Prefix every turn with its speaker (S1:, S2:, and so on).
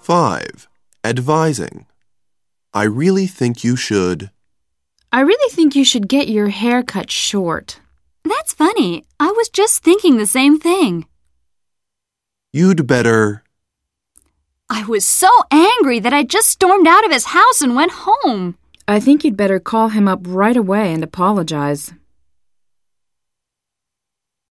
S1: 5. Advising. I really think you should.
S2: I really think you should get your hair cut short.
S3: That's funny. I was just thinking the same thing.
S1: You'd better.
S3: I was so angry that I just stormed out of his house and went home.
S2: I think you'd better call him up right away and apologize.